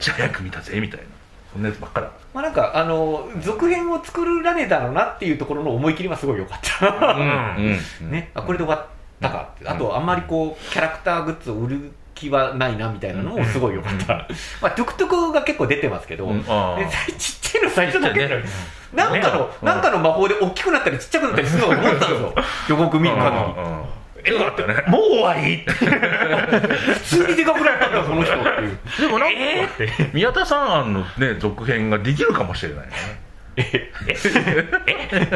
S3: じゃあ早く見たぜみたいなそんなやつばっかだか
S2: まあなんかあの続編を作られたのなっていうところの思い切りはすごい良かった
S3: ら
S1: うん
S3: うん
S2: ね、あこれで終わったか、
S3: ん
S2: あとあんまりこうキャラクターグッズを売る気はないなみたいなのもすごい良かった、まあトゥクトゥクが結構出てますけど、
S3: うんあー
S2: でちっちゃいの最初だけ、
S3: ちっちゃいね
S2: なんかの、
S3: ね
S2: なんかの魔法で大きくなったりちっちゃくなったりするのを思ったんですよ予告見る限り
S3: うんうん
S1: えだってねもう終わりって
S2: 普通にでかくなったんだこの人っていう
S3: でもなんか、
S1: えーって
S3: 宮田さん案のね続編ができるかもしれないね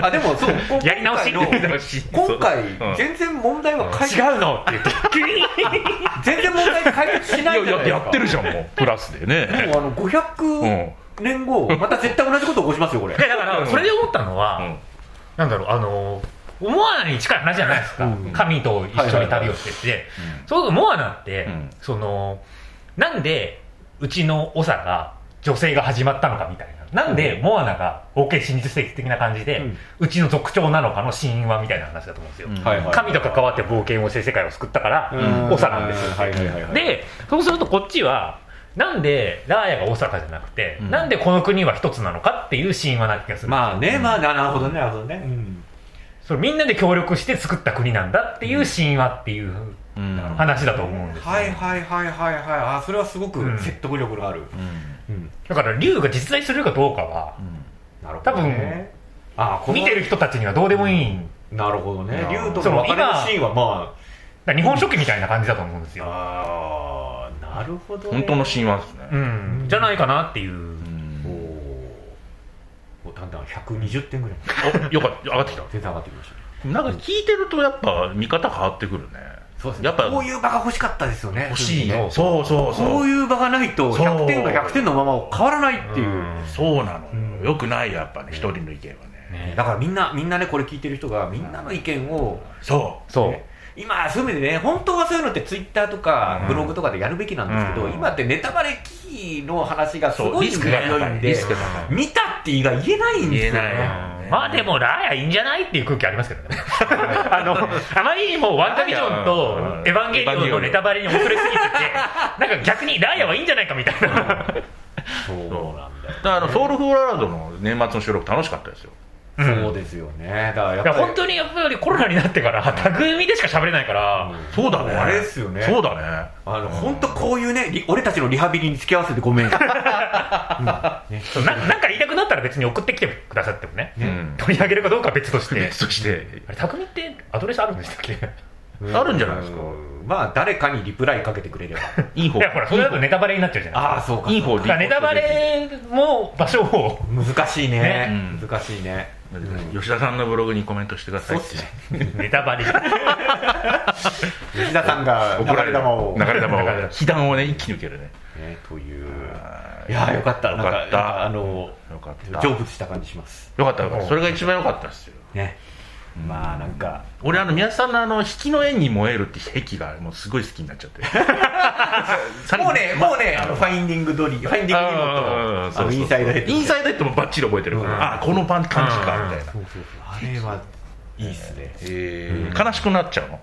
S2: あでもそう今
S1: やり直し
S2: 今回の
S1: 直し
S2: 今回
S3: うん
S2: 全然問題は解決、
S1: 違うのって言って急に
S2: 全然問題解決し
S3: いや
S2: ないじゃないです
S3: や
S2: か
S3: やってるじゃんもうプラスでね
S2: もうあの500年後、また絶対同じこと起こしますよこれ
S1: いやだからそれで思ったのは、
S3: うん
S1: なんだろうあのモアナに近い話じゃないですか、
S2: うん
S1: 神と一緒に旅をしてて、そういうモアナって、
S3: うん
S1: そのなんでうちの長が女性が始まったのかみたいななんでモアナが OK 真実的な感じで、う
S2: うん
S1: ちの族長なのかの神話みたいな話だと思うんですよ、
S3: うん
S2: はいはい
S1: 神と関わって冒険をして世界を救ったから、
S2: うん
S1: オサなんですよ、
S2: はいはいはいはい
S1: でそうするとこっちはなんでラーヤが大阪じゃなくて、
S3: うん
S1: なんでこの国は一つなのかっていう神話な気がする、
S2: まあね、まあななるほどね、なるほどね。うん
S1: それみんなで協力して作った国なんだっていう神話っていう
S3: うん
S1: 話だと思うんですよ
S2: はいはいはいはいはい、あそれはすごく説得力がある。
S3: うん
S2: うん
S1: だから龍が実在するかどうかは
S2: なるほ
S1: 多
S2: ど
S1: 分
S2: ねあこの
S1: 見てる人たちにはどうでもいい、
S2: なるほどね
S3: あー
S2: 竜との別れのシーンはま
S1: だから日本書紀みたいな感じだと思うんですよ、
S2: ああーなるほどね
S3: 本当の神話ですね、
S1: うん、じゃないかなっていう、
S3: うん
S2: おーおだんだん120点ぐらい
S3: およかった上がってきた
S2: 全然上がってきましたね
S3: なんか聞いてるとやっぱ見方変わってくるね
S2: そうですね
S3: やっぱ
S2: こういう場が欲しかったですよね
S3: 欲しい
S2: ね
S3: のそうそうそう
S2: こういう場がないと
S3: そう
S2: 100点が100点のまま変わらないっていう、
S1: うん
S3: そうなのよ、
S2: うん
S3: よくないやっぱね一人の意見はね
S1: ね
S2: だからみんなみんなねこれ聞いてる人がみんなの意見を、
S3: そ
S1: そう
S2: ね今そういう意味でね本当はそういうのってツイッターとか
S1: うん
S2: ブログとかでやるべきなんですけど、
S3: うん
S2: 今ってネタバレ危機の話が
S3: う
S2: す
S3: そ
S2: ご
S3: う
S2: い
S3: リスクが
S2: 強
S3: 高
S2: いん
S3: い
S2: で
S3: リスクが高い
S2: 見たって言いが言えないんですよ、ね、
S3: 言えない
S1: まあでも、ラーヤいいんじゃないっていう空気ありますけどね。 あの、あまりにもワンダビジョンとエヴァンゲリオンのネタバレに恐れすぎてて、なんか逆にラーヤはいいんじゃないかみたいな。
S2: そうなんだよ
S3: だからあのソウルフーラードの年末の収録楽しかったですよ
S1: うん
S2: そうですよねだからやっ
S1: いや
S2: ぱ
S1: 本
S2: り
S1: 当にやっぱりコロナになってから、匠でしか喋れないから、
S3: そうだね
S2: あれですよね
S3: そうだね
S2: あの本当こういうねリ俺たちのリハビリに付き合わせてごめん、うんね
S1: そうななんか言いたくなったら別に送ってきてくださってもね、
S3: う
S2: ね
S3: ん
S1: 取り上げるかどうかは別とし
S3: で
S1: て。
S3: そして
S1: あれ、匠ってアドレスあるんでしたっけい
S3: あるんじゃないですか
S2: うんまあ誰かにリプライかけてくれれ ば
S3: いい方
S1: や、ほら、それだとネタバレになっちゃうじゃない
S2: ああそうか
S3: いい方
S1: だからネタバレも場所を、
S2: 難しいね
S3: ねうん
S2: 難しいね、うん
S3: 吉田さんのブログにコメントしてくださ
S2: そ
S3: いうっ
S2: ってすね
S1: ネタバレ。
S2: 吉田さんが流れ玉を
S3: 流れ
S1: 流れ
S3: 玉を
S1: 弾
S3: 被弾をね一気に受けるね
S2: ね、という
S3: あー
S2: いやーよかった
S3: よ
S2: なんか
S3: かっ
S2: なんか
S3: た
S2: あの
S3: よかった
S2: 成仏した感じします
S3: よかったよかったそれが一番よかったですよ
S2: ねまあなんか
S3: 俺あの宮田さんのあの引きの縁に燃えるって壁がもうすごい好きになっちゃって
S2: もうねもうねあのファインディングドリーファインディングニ
S3: あ
S2: モ
S3: ー
S2: とあ
S3: そう
S2: の
S3: そう
S2: インサイドヘッド
S3: インサイドヘッドもバッチリ覚えてるから、
S2: うん
S3: ああこのパン感じかみたい
S2: そう
S3: な、
S2: そうそうあれはいいっすね
S3: えー悲しくなっちゃうの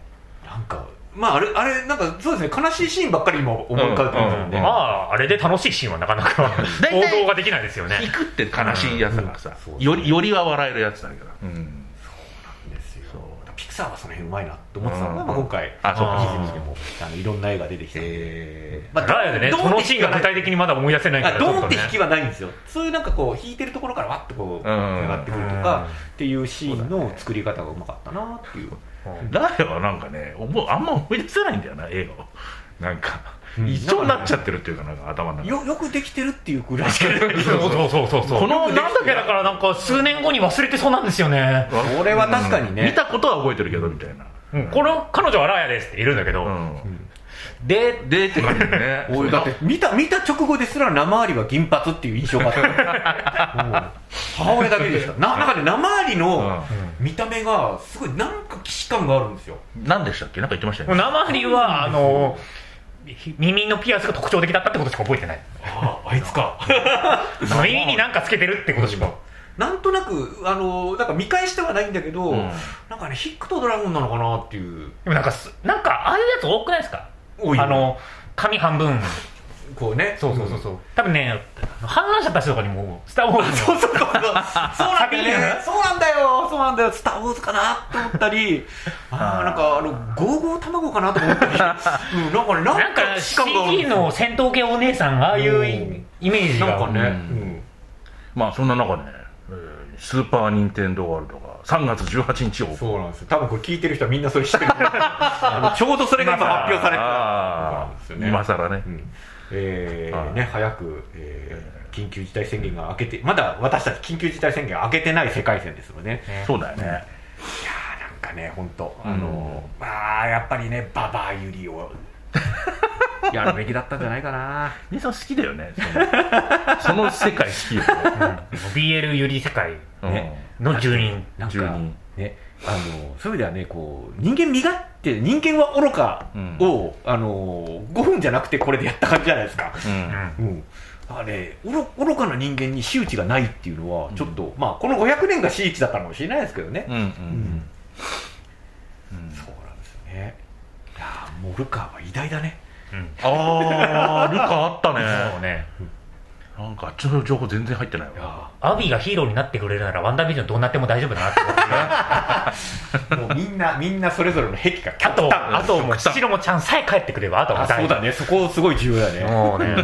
S2: なんかまああれあれなんかそうですね悲しいシーンばっかり今思い浮かべてるんですよ
S3: うん
S2: ね
S1: まあ、あれで楽しいシーンはなかなか
S3: 大体
S1: 報道ができないですよね
S3: 引。くって悲しいやつだからさ、
S2: うんうん
S3: よりよりは笑えるやつだけど、うん
S2: ですよ
S3: そう
S2: ピクサーはその辺うまいなと思ってたのが、
S3: うん
S2: まあ、今回
S3: あそう
S1: か
S2: ディズニーでもあのいろんな映画出てきたんで、
S3: え
S2: ま
S1: ラーヤでね、そのシーンが具体的にまだ思い出せ ないから、
S2: ド
S1: ちょ
S2: ーン
S1: っ
S2: っ
S1: と
S2: て
S1: ね
S2: 引きはないんですよそういうなんかこう引いてるところからわっとこう
S3: うん
S2: 上がってくるとかっていうシーンの作り方がうまかったなっていう
S1: うん
S3: ー、ラーヤはなんかね思うあんま思い出せないんだよな映画をなん
S2: う
S3: か、
S2: ん
S3: 一緒になっちゃってるっていうかなんか頭の中で
S2: よよくできてるっていうぐらいしか ない
S1: そうそうそうそうそう。
S3: この
S1: なんだっけだからなんか数年後に忘れてそうなんですよね。
S2: それは確かにね
S3: 見たことは覚えてるけどみたいな、
S1: うんこの彼女はラーヤですっているんだけど、
S3: うん、
S1: で、
S3: でって感じね
S2: おいだって見た見た直後ですら生ありは銀髪っていう印象があ った、うん母親だけでしたななんかね生ありの見た目がすごいなんか既視感があるんですよ
S3: 何でしたっけなんか言ってましたよね
S1: 生リは、あの、ひ耳のピアスが特徴的だったってことしか覚えてない。
S2: あああいつか
S1: 耳になんかつけてるってことしか。
S2: なんとなく、あのなんか見返してはないんだけど、
S3: うん
S2: なんかね、ヒックとドラゴンなのかなっていう、
S1: でもなんかす、なんかああいうやつ多くないですか
S2: 多いよ
S1: あの、髪半分。
S2: こうね、
S1: そうそうそうそう。多分ね、反乱者たちとかにも、スター・ウォーズ
S2: そ
S1: の
S2: うそうそうそう、そうなんだよね、そうなんだよ、そうなんだよ、スター・ウォーズかなと思ったり、ああ、なんか、あの、ゴーゴー卵かなと思 ったり、うん、なんかね、
S1: な
S2: なんん
S1: か
S2: か、
S1: CG の戦闘系お姉さんがああいうイイメージが
S2: なんかね、
S3: う
S2: うん
S3: まあそんな中ね、えースーパー・ニンテンドー・ワールドが3月18日を
S2: そうなんですよ、多分これ聞いてる人はみんなそれ知ってると 思うあのちょうどそれが今発表された。そ
S3: あ
S2: うなんですよ
S3: ー
S2: ね
S3: 今更ね、
S2: うんえー
S3: はい
S2: ね、早く、えー緊急事態宣言が明けて、まだ私たち緊急事態宣言が明けてない世界線ですのでね、いや
S3: そうだよね、
S2: ーなんかね、本当、あのーまあ、やっぱりね、ババアユリを やるべきだったんじゃないかな、
S3: 兄さん好きだよねそのその世界好きよ、
S1: BL ゆり世界
S3: うん
S2: ね
S1: の住人
S2: なん
S3: 住
S2: か
S3: 人、
S2: ね、あのーそういう意味ではね、こう人間身勝手、人間は愚かを、あのー、5分じゃなくて、これでやった感じじゃないですか。
S3: うん
S2: うん、あれ愚愚かな人間に周知がないっていうのはちょっと、まあこの500年が周知だったのかもしれないですけどね、
S3: うんうんうんうん
S2: そうなんですよねいやーモルカーは偉大だね
S1: うん
S3: ああルカあった
S1: そう
S3: ね
S1: ね
S3: なんかあっちの情報全然入ってないわ
S2: や
S1: アビーがヒーローになってくれるならワンダービジョンどうなっても大丈夫だなって思って
S2: もうみん なみんなそれぞれの壁が
S1: あと、あともう、
S3: 極端
S1: 七郎もちゃんさえ帰ってくれば、あとは
S2: あ
S1: 大丈
S2: そう
S1: 夫
S2: だねそこすごい重要だね
S1: もうね。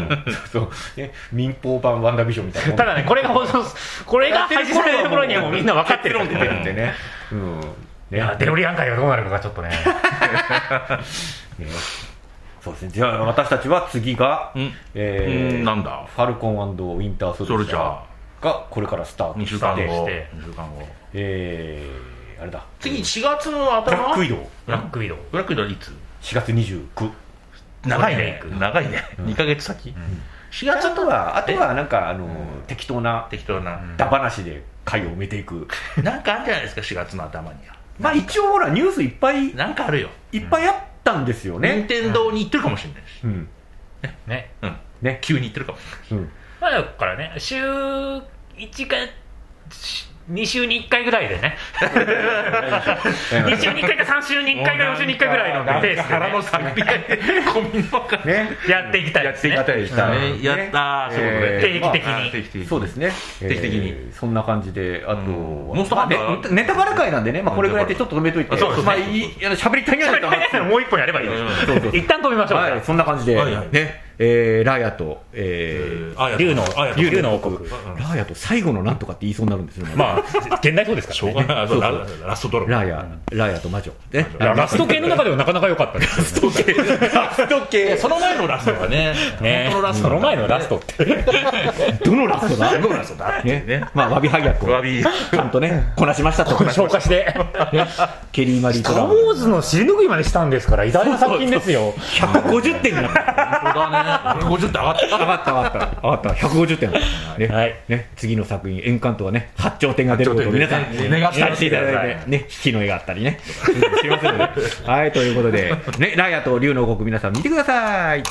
S2: そうそうね民放版ワンダービジョンみたいなもん
S1: ただね、これが放送す、これが始まるところにはもうみんな分かってる
S2: 結論出てるんで
S1: ね。
S2: ねうんね
S1: いや、デロリアン会がどうなるのかちょっとね。
S2: ねそうですねじゃあ私たちは次が、
S3: うん
S2: え
S3: うんなんだ
S2: ファルコンウィンターソ
S3: ソ
S2: ル
S3: ル
S2: ジ
S3: ジ
S2: ャー
S3: ャ
S2: がこれからスター
S3: ー2
S2: ト
S3: 週
S2: し
S3: 間後
S2: て
S1: して
S3: 2週間後
S2: えー、あれだ
S3: 次4月の
S2: ブラッ
S3: 頭
S2: ク
S3: ブ
S2: 移動
S1: ブラックウィドウ。
S3: ラックイドはいつ
S2: 4月29
S3: 長いね
S1: ブラック
S3: 長いね2ヶ月先4
S2: あ
S3: 月
S2: と
S3: とは
S2: はあとはなんかあの、適当な
S3: 適当な
S2: ダ話で回を埋めていく
S3: なんかあるんじゃないですか4月の頭には
S2: まあ一応ほらニュースいっぱいいっ
S3: なんかあるよ
S2: ぱいあったんですよ
S3: 任
S2: ね
S3: 天堂に行ってるかもしれないし
S2: うん
S1: ね。
S3: うん
S2: ね
S3: 急に行ってるかもしれない
S2: うん
S1: まあ、だからね、週1か、し2週に1回ぐらいでね。2週に1回か3週に1回か4週に1回ぐらいのペースで
S3: 腹の
S1: ね、
S3: 先 でコミの中
S2: ね
S1: やっていきたいですね。
S3: いですね
S2: うん
S3: やったーそういうこと
S1: 定
S3: で
S1: 期的
S3: あー
S1: に。
S3: 定期的に
S2: そうですね
S3: 定期的に
S2: えーそんな感じであとは
S3: うんモンスター
S2: まあ
S3: ハン
S2: ね
S3: ター
S2: ネネタバラ会なんでねまあこれぐらいでちょっと止めといて
S3: あそうですね
S2: まあいいいや喋り足りないと思いま す
S1: もう一本やればいいで
S2: そうそう
S1: す。一旦飛びましょう。
S2: はいそんな感じで
S3: はいはい
S2: ねえーラーヤとえー
S3: あや
S1: 竜の
S3: あや、
S1: 竜の王国。
S2: ラーヤと最後のなんとかって言いそうになるんですよね
S1: まあ、現代そうですからね。
S3: しょうがないあ
S2: そ
S3: そうう
S2: そ
S3: ラ
S2: う
S3: ラストドラゴン
S2: ラーヤラーヤと魔女ね
S1: いやラスト系の中ではなかなか良かったです。
S2: スト系ラスト系
S3: その前のラストがね
S1: ね、
S3: 本当のラスト
S1: その前のラスト って、
S2: どのラストだ
S3: どのラストだって いうね
S2: ねまあわびはぎやこ
S3: わび
S2: ちゃんとねこなしましたと
S1: 消化して、
S2: ケリー・マリ ー・
S1: スタ
S2: ト
S1: ー・
S2: ラ
S1: ウォーズの尻拭いまでしたんですから、偉大な作品ですよ、
S2: 150点になった
S3: 本当だね50って上がった
S2: 上がった上がった上がった150点だったね,、
S1: はい
S2: ね次の作品「エンカント」はね八頂点が出ることを皆さん
S3: 八頂点でね
S2: 期待していただいてね引きの絵があったりねうんすいませんねはいということで、ね、ライアと竜の王国皆さん見てください